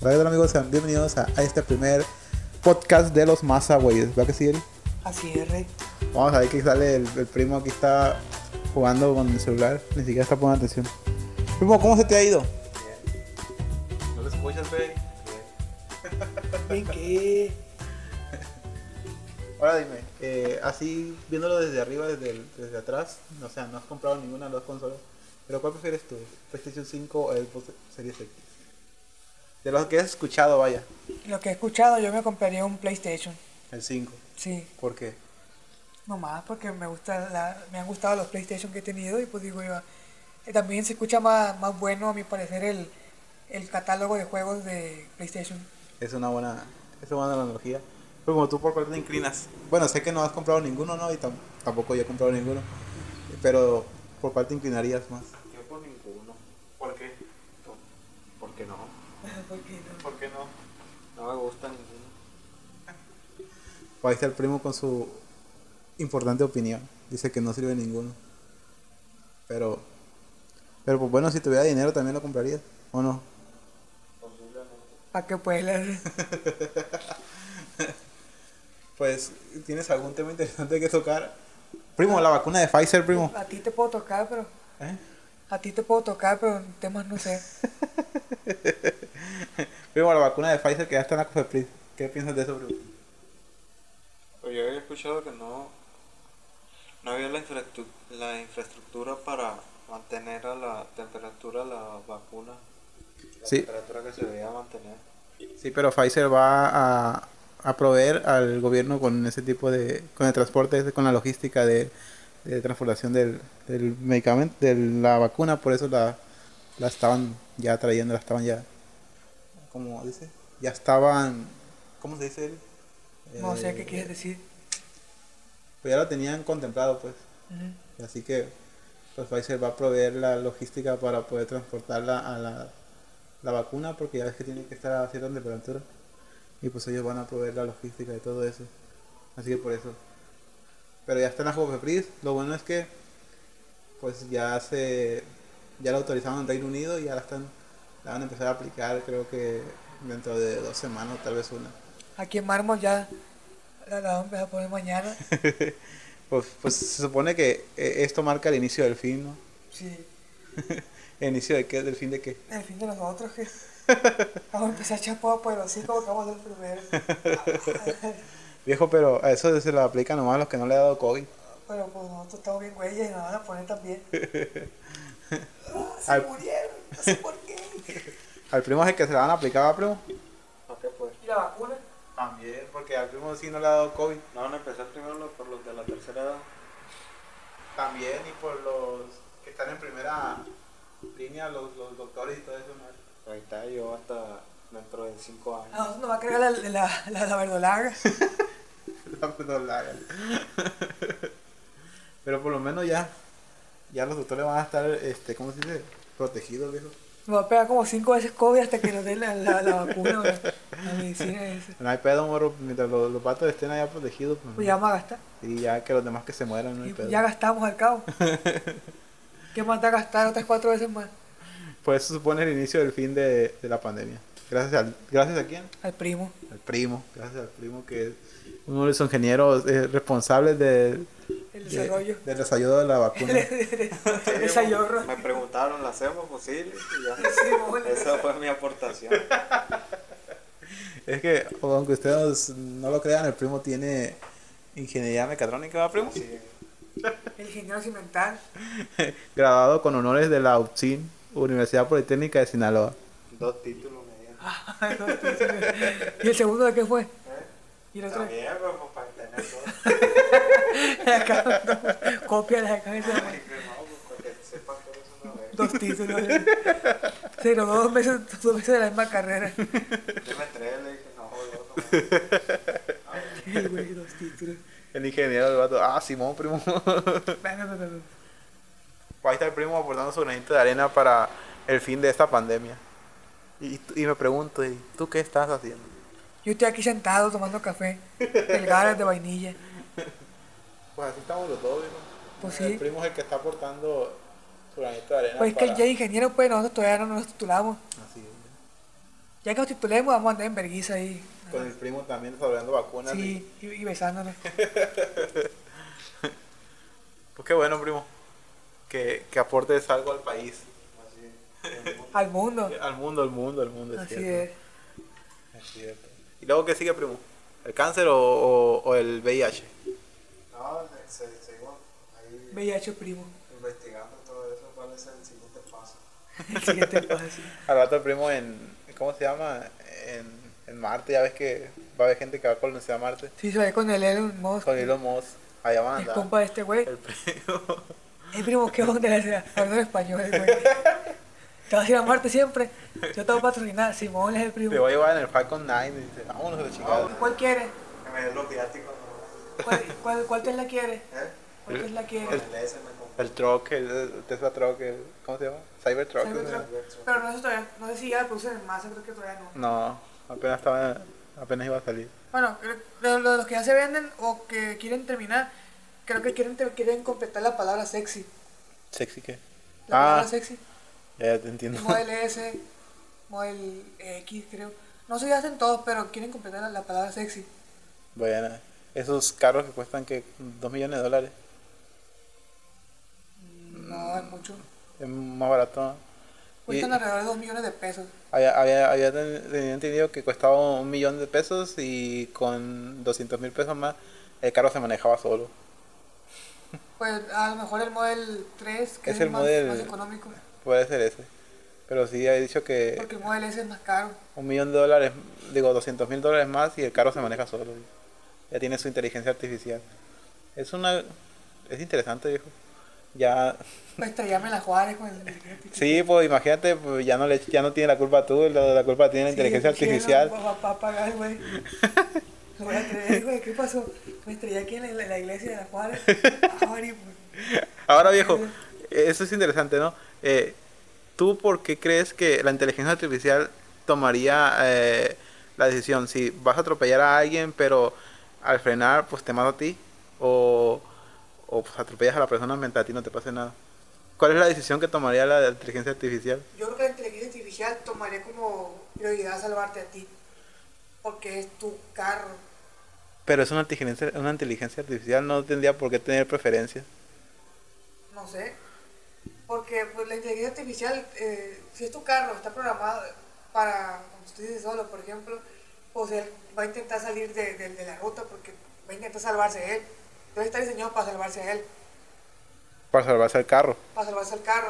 Hola, ¿qué tal, amigos? Sean bienvenidos a, a este primer podcast de los masa, güeyes. ¿Verdad que sí, Eri? Así es, Rey. Vamos a ver que sale el, el primo aquí está jugando con el celular. Ni siquiera está poniendo atención. Primo, ¿cómo se te ha ido? No lo escuchas, güey. ¿Ven qué? Ahora dime, eh, así viéndolo desde arriba, desde, el- desde atrás, o sea, no has comprado ninguna de las consolas, pero ¿cuál prefieres tú? ¿PlayStation 5 o Xbox Series X? De los que has escuchado, vaya, Lo que he escuchado, yo me compraría un PlayStation. el 5. Sí, ¿Por qué? nomás porque me gusta la, me han gustado los PlayStation que he tenido y pues digo yo, eh, también se escucha más, más bueno a mi parecer el, el catálogo de juegos de PlayStation. Es una buena, es una buena analogía. Pero como tú, ¿por cuál te inclinas? Bueno, sé que no has comprado ninguno, ¿no? Y tam- tampoco yo he comprado ninguno. Pero, ¿por cuál te inclinarías más? Yo por ninguno. ¿Por qué? ¿Por qué no? ¿Por qué no? No me gusta ninguno. Ahí está el primo con su importante opinión. Dice que no sirve ninguno. Pero, pero pues bueno, si tuviera dinero también lo compraría, ¿o no? ¿Para qué pues? la- Pues, ¿tienes algún tema interesante que tocar? Primo, la vacuna de Pfizer, primo. A ti te puedo tocar, pero ¿Eh? a ti te puedo tocar, pero en temas no sé. Primo, la vacuna de Pfizer que ya está en la COFEPRIS. ¿Qué piensas de eso, primo? Pero yo había escuchado que no, no había la, infraestru- la infraestructura para mantener a la temperatura la vacuna. La Sí. temperatura que se debía mantener. Sí, pero Pfizer va a, a proveer al gobierno con ese tipo de, con el transporte, ese- con la logística de, de transportación del, del medicamento, de la vacuna, por eso la, la estaban ya trayendo, la estaban ya, ¿cómo dice? Ya estaban, ¿cómo se dice? No sé qué Eh, quieres decir. Pues ya lo tenían contemplado, pues. Ujú. Así que pues Pfizer va a proveer la logística para poder transportarla a la, la vacuna porque ya ves que tiene que estar a cierta temperatura y pues ellos van a proveer la logística de todo eso. Así que por eso. Pero ya están a Cofepris. Lo bueno es que pues ya se ya la autorizaron en Reino Unido y ahora están la van a empezar a aplicar creo que dentro de dos semanas o tal vez una. Aquí en mármol ya la, la vamos a empezar a poner mañana. Pues, pues se supone que eh, esto marca el inicio del fin, ¿no? Sí. ¿El inicio de qué? ¿Del fin de qué? El fin de nosotros que vamos a empezar a echar pues, pavo por el hocico porque vamos a ser primero. Viejo, pero a eso se lo aplica nomás a los que no le ha dado COVID. Pero pues nosotros estamos bien güeyes y nos van a poner también. Ah, se Al- murieron, no sé por qué. Al primo es el que se la van a aplicar, ¿va, primo? ¿Para qué pues? ¿Y la vacuna? También, porque al primo sí no le ha dado COVID. No van a empezar primero los- por los de la tercera edad. También, y por los que están en primera línea, los, los doctores y todo eso. ¿no? Ahí está yo hasta dentro de cinco A años. nosotros nos va a creer la, la, la, la verdolaga. La verdolaga. pero por lo menos ya, ya los doctores van a estar, este, ¿cómo se dice? Protegidos, viejo. Nos va a pegar como cinco veces COVID hasta que nos den la, la, la vacuna o la, la medicina esa. No hay pedo, morro, mientras los, los vatos estén allá protegidos. pues, Pues ya vamos a gastar. Y ya que los demás que se mueran, no hay Y pedo. pues ya gastamos al cabo. ¿Qué más da gastar otras cuatro veces más? Pues eso supone el inicio del fin de, de la pandemia. Gracias al, gracias a quién? Al primo. Al primo. Gracias al primo que es uno de los ingenieros eh, responsables de, El de- desarrollo. del desarrollo de la vacuna. El desarrollo. Me preguntaron, ¿la hacemos posible? Y ya. Simón. Esa fue mi aportación. es que, aunque ustedes no lo crean, el primo tiene ingeniería mecatrónica, ¿verdad, primo? Sí. El ingeniero cimental. Graduado con honores de la UPSIN, Universidad Politécnica de Sinaloa. Dos títulos me dieron. Ah, ¿Y el segundo de qué fue? ¿Eh? ¿Y el otro? También, pero pues, para tener todo. Copia la cabeza. Ay, pero no, pues, para que sepan que eres una verga. Dos títulos. Pero dos meses, dos meses de la misma carrera. Yo me entré, le dije, no, yo no. El güey, dos títulos. El ingeniero del vato. Ah, Simón, primo. Ven, ven, ven, ven. Ahí está el primo aportando su granito de arena para el fin de esta pandemia. Y, y me pregunto, ¿y ¿tú qué estás haciendo? Yo estoy aquí sentado tomando café. El Garas de vainilla. Pues así estamos los dos, viejo. Pues El sí. primo es el que está aportando su granito de arena. Pues es que para- ya ingeniero, pues nosotros todavía no nos titulamos. Así es. Ya que nos titulemos, vamos a andar en vergüenza ahí. Con el primo también desarrollando vacunas. y- Sí, y, y besándonos. Pues qué bueno, primo. Que, que aportes algo al país. Al mundo. Al mundo, al mundo, al mundo. Así cierto. es. Es cierto. ¿Y luego qué sigue, primo? ¿El cáncer o, o- o el VIH? No, se- se- seguimos ahí VIH primo. investigando todo eso, cuál es el siguiente paso. El siguiente paso. sí. Al rato el primo en... ¿Cómo se llama? En, en Marte. Ya ves que va a haber gente que va a colonizar Marte. Sí, se ve con el Elon Musk. Con Elon Musk. Allá van a El andar. compa de este güey. El primo. El primo, ¿qué onda? Le decía, Hablando en español, el güey. Te vas a ir a Marte siempre. Yo te voy a patrocinar. Simón es el primo. Te voy a llevar en el Falcon 9 y dice, vámonos a la ¿Y chingada. ¿Cuál quieres? Que me den los viáticos, ¿no? ¿Cuál, cuál, cuál te la quieres? ¿Eh? ¿Cuál te la Con quieres? el S me compré. El truck, el, el Tesla truck, el- ¿cómo se llama? Cybertruck. Cybertruck. ¿no? Pero no sé, todavía, no sé si ya la producen en masa, creo que todavía no. No, apenas estaba, apenas iba a salir. Bueno, creo- lo- lo- los que ya se venden o que quieren terminar, creo que quieren, te- quieren completar la palabra sexy. ¿Sexy qué? La Ah. palabra sexy. Ya, ya te entiendo. Model S, Model X, creo. No sé si hacen todos, pero quieren completar la, la palabra sexy. Bueno, esos carros que cuestan que 2 millones de dólares. Mm. No, es mucho. Es más barato. ¿no? Y Cuestan alrededor de 2 millones de pesos. había, había, había ten- tenía entendido que costaba un millón de pesos y con 200 mil pesos más el carro se manejaba solo. Pues a lo mejor el Model 3, que Es es, el el más, model- más económico, Puede ser ese. Pero sí, he dicho que... porque el Model S es más caro. un millón de dólares, digo, 200 mil dólares más y el carro se maneja solo. güey. Ya tiene su inteligencia artificial. Es una... Es interesante, viejo. Ya... Pues estrellarme en la Juárez con el... Sí, pues imagínate, pues, ya no le, ya no tiene la culpa tú, la, la culpa la tiene la inteligencia Sí, pues. el cielo artificial. Va, va- va a apagar, güey. Lo voy a creer, güey. ¿Qué pasó? Me estrellé aquí en la, en la iglesia de la Juárez. Ahora, y, pues, Ahora, viejo, eso es interesante, ¿no? Eh, ¿Tú por qué crees que la inteligencia artificial tomaría eh, la decisión? Si vas a atropellar a alguien, pero al frenar, pues te mato a ti, o, o pues, atropellas a la persona mientras a ti no te pase nada. ¿Cuál es la decisión que tomaría la inteligencia artificial? yo creo que la inteligencia artificial tomaría como prioridad salvarte a ti. Porque es tu carro. Pero es una inteligencia, una inteligencia artificial, no tendría por qué tener preferencias. No sé. Porque pues, la inteligencia artificial, eh, si es tu carro, está programado para, como tú dices solo, por ejemplo, pues él va a intentar salir de, de- de la ruta porque va a intentar salvarse él. Entonces está diseñado para salvarse él. Para salvarse el carro. para salvarse el carro.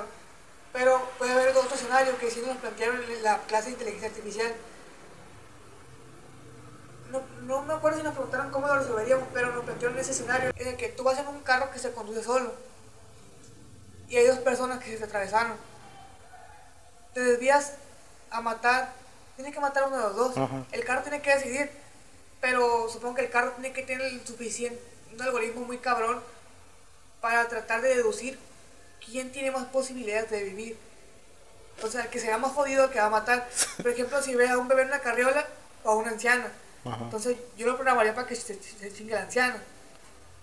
Pero puede haber otro escenario que si nos plantearon en la clase de inteligencia artificial. No, no me acuerdo si nos preguntaron cómo lo resolveríamos, pero nos plantearon ese escenario en el que tú vas en un carro que se conduce solo y hay dos personas que se te atravesaron. Te desvías a matar, tienes que matar a uno de los dos. Ajá. El carro tiene que decidir, pero supongo que el carro tiene que tener el suficiente, un algoritmo muy cabrón para tratar de deducir quién tiene más posibilidades de vivir. O sea, el que sea más jodido, el que va a matar. Por ejemplo, si ves a un bebé en una carriola o a un anciano. Ajá. Entonces, yo lo programaría para que se, se chingue el anciano.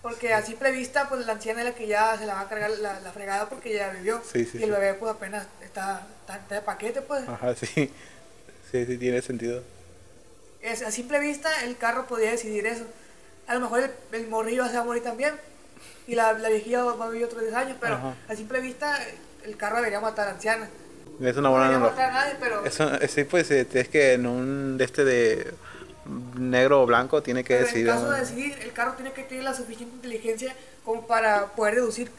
Porque así prevista, pues la anciana es la que ya se la va a cargar la, la fregada porque ya vivió. Sí, sí, y sí. el bebé, pues apenas está, está- está de paquete, pues. Ajá, sí. Sí, sí, tiene sentido. Es, a simple vista, el carro podía decidir eso. A lo mejor el, el morrillo se va a morir también. Y la, la viejilla va a vivir otros 10 años, pero Ajá. a simple vista, el carro debería matar a la anciana. Es una No buena debería analogía. matar a nadie, pero. Eso, eh, sí, pues eh, es que en un de este de negro o blanco tiene que Pero decidir. En caso de ¿no? decidir, el carro tiene que tener la suficiente inteligencia como para poder deducir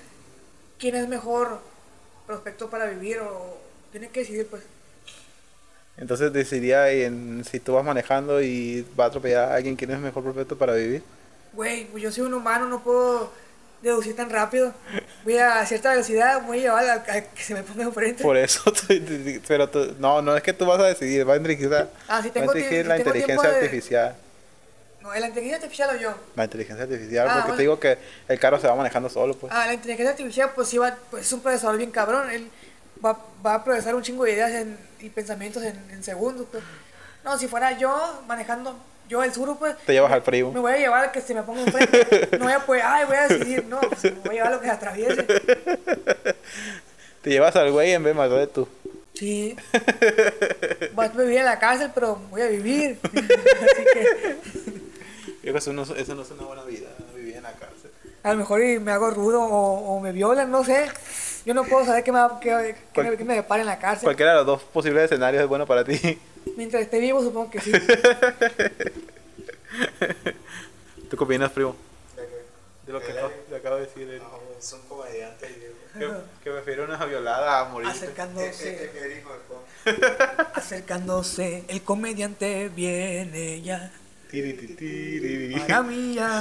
quién es mejor prospecto para vivir o tiene que decidir pues. Entonces decidiría en, si tú vas manejando y va a atropellar a alguien, ¿quién es el mejor perfecto para vivir? Güey, pues yo soy un humano, no puedo deducir tan rápido. Voy a cierta velocidad, voy a llevar al al que se me ponga enfrente. Por eso, tú- tú- pero tú- no, no es que tú vas a decidir, va a dirigir, a- Ah, va si a tengo tie- dirigir si la tengo inteligencia tiempo de- artificial. No, la inteligencia artificial o yo. La inteligencia artificial, Ah, porque bueno. te digo que el carro se va manejando solo, pues. Ah, la inteligencia artificial pues sí va, pues es un procesador bien cabrón, él va, va a procesar un chingo de ideas en- y pensamientos en, en segundos. Pues. No, si fuera yo manejando yo el sur, pues Te llevas al Me primo. voy a llevar al que se me ponga enfrente. No voy a poder, ay, voy a decidir, no, pues, me voy a llevar a lo que se atraviese. Te llevas al güey en vez de matar de tú. Sí. Voy a vivir en la cárcel, pero voy a vivir. Así que Yo creo que eso no, eso no es una buena vida, vivir en la cárcel. a lo mejor y me hago rudo o, o me violan, no sé. Yo no puedo saber qué me, va- qué- qué me, qué me depara en la cárcel. Cualquiera de los dos posibles escenarios es bueno para ti. Mientras esté vivo, supongo que sí. ¿Tú qué opinas, primo? De De lo Eh, que acabo, le acabo de decir. el- No, es un comediante, Diego. que, que prefiero una violada a morir. Ese Acercándose, que dijo el compa. acercándose, el comediante viene ya. Tiri, tiri, tiri. Para mí ya.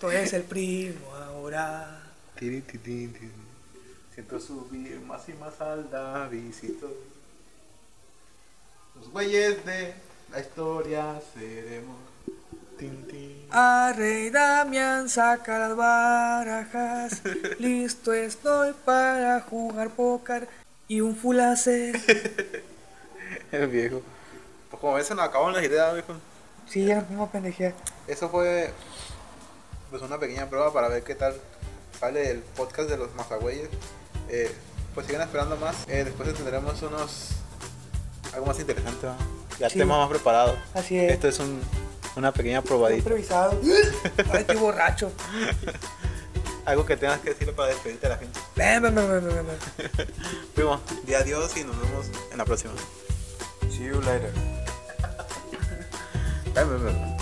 Tú eres el primo ahora. Tiri, tiri, tiri. Siento subir más y más al la visito. Los güeyes de la historia seremos. Tin, tin. A rey Damián saca las barajas. Listo estoy para jugar póker y un full hacer. El viejo. Pues como ves, se nos acaban las ideas, viejo. Sí, ya nos mismo pendejea. Eso fue pues una pequeña prueba para ver qué tal sale el podcast de los mazagüeyes. Eh, pues sigan esperando más. Eh, después tendremos unos algo más interesante, ¿va? ya Sí. temas más preparados. Así es. Esto es un- una pequeña Fue probadita. improvisado. Ay, estoy borracho. Algo que tengas que decirle para despedirte a la gente. Ven, ven, ven, ven, ven, ven. Primo, di adiós y nos vemos en la próxima. See you later. Bye, bye, bye.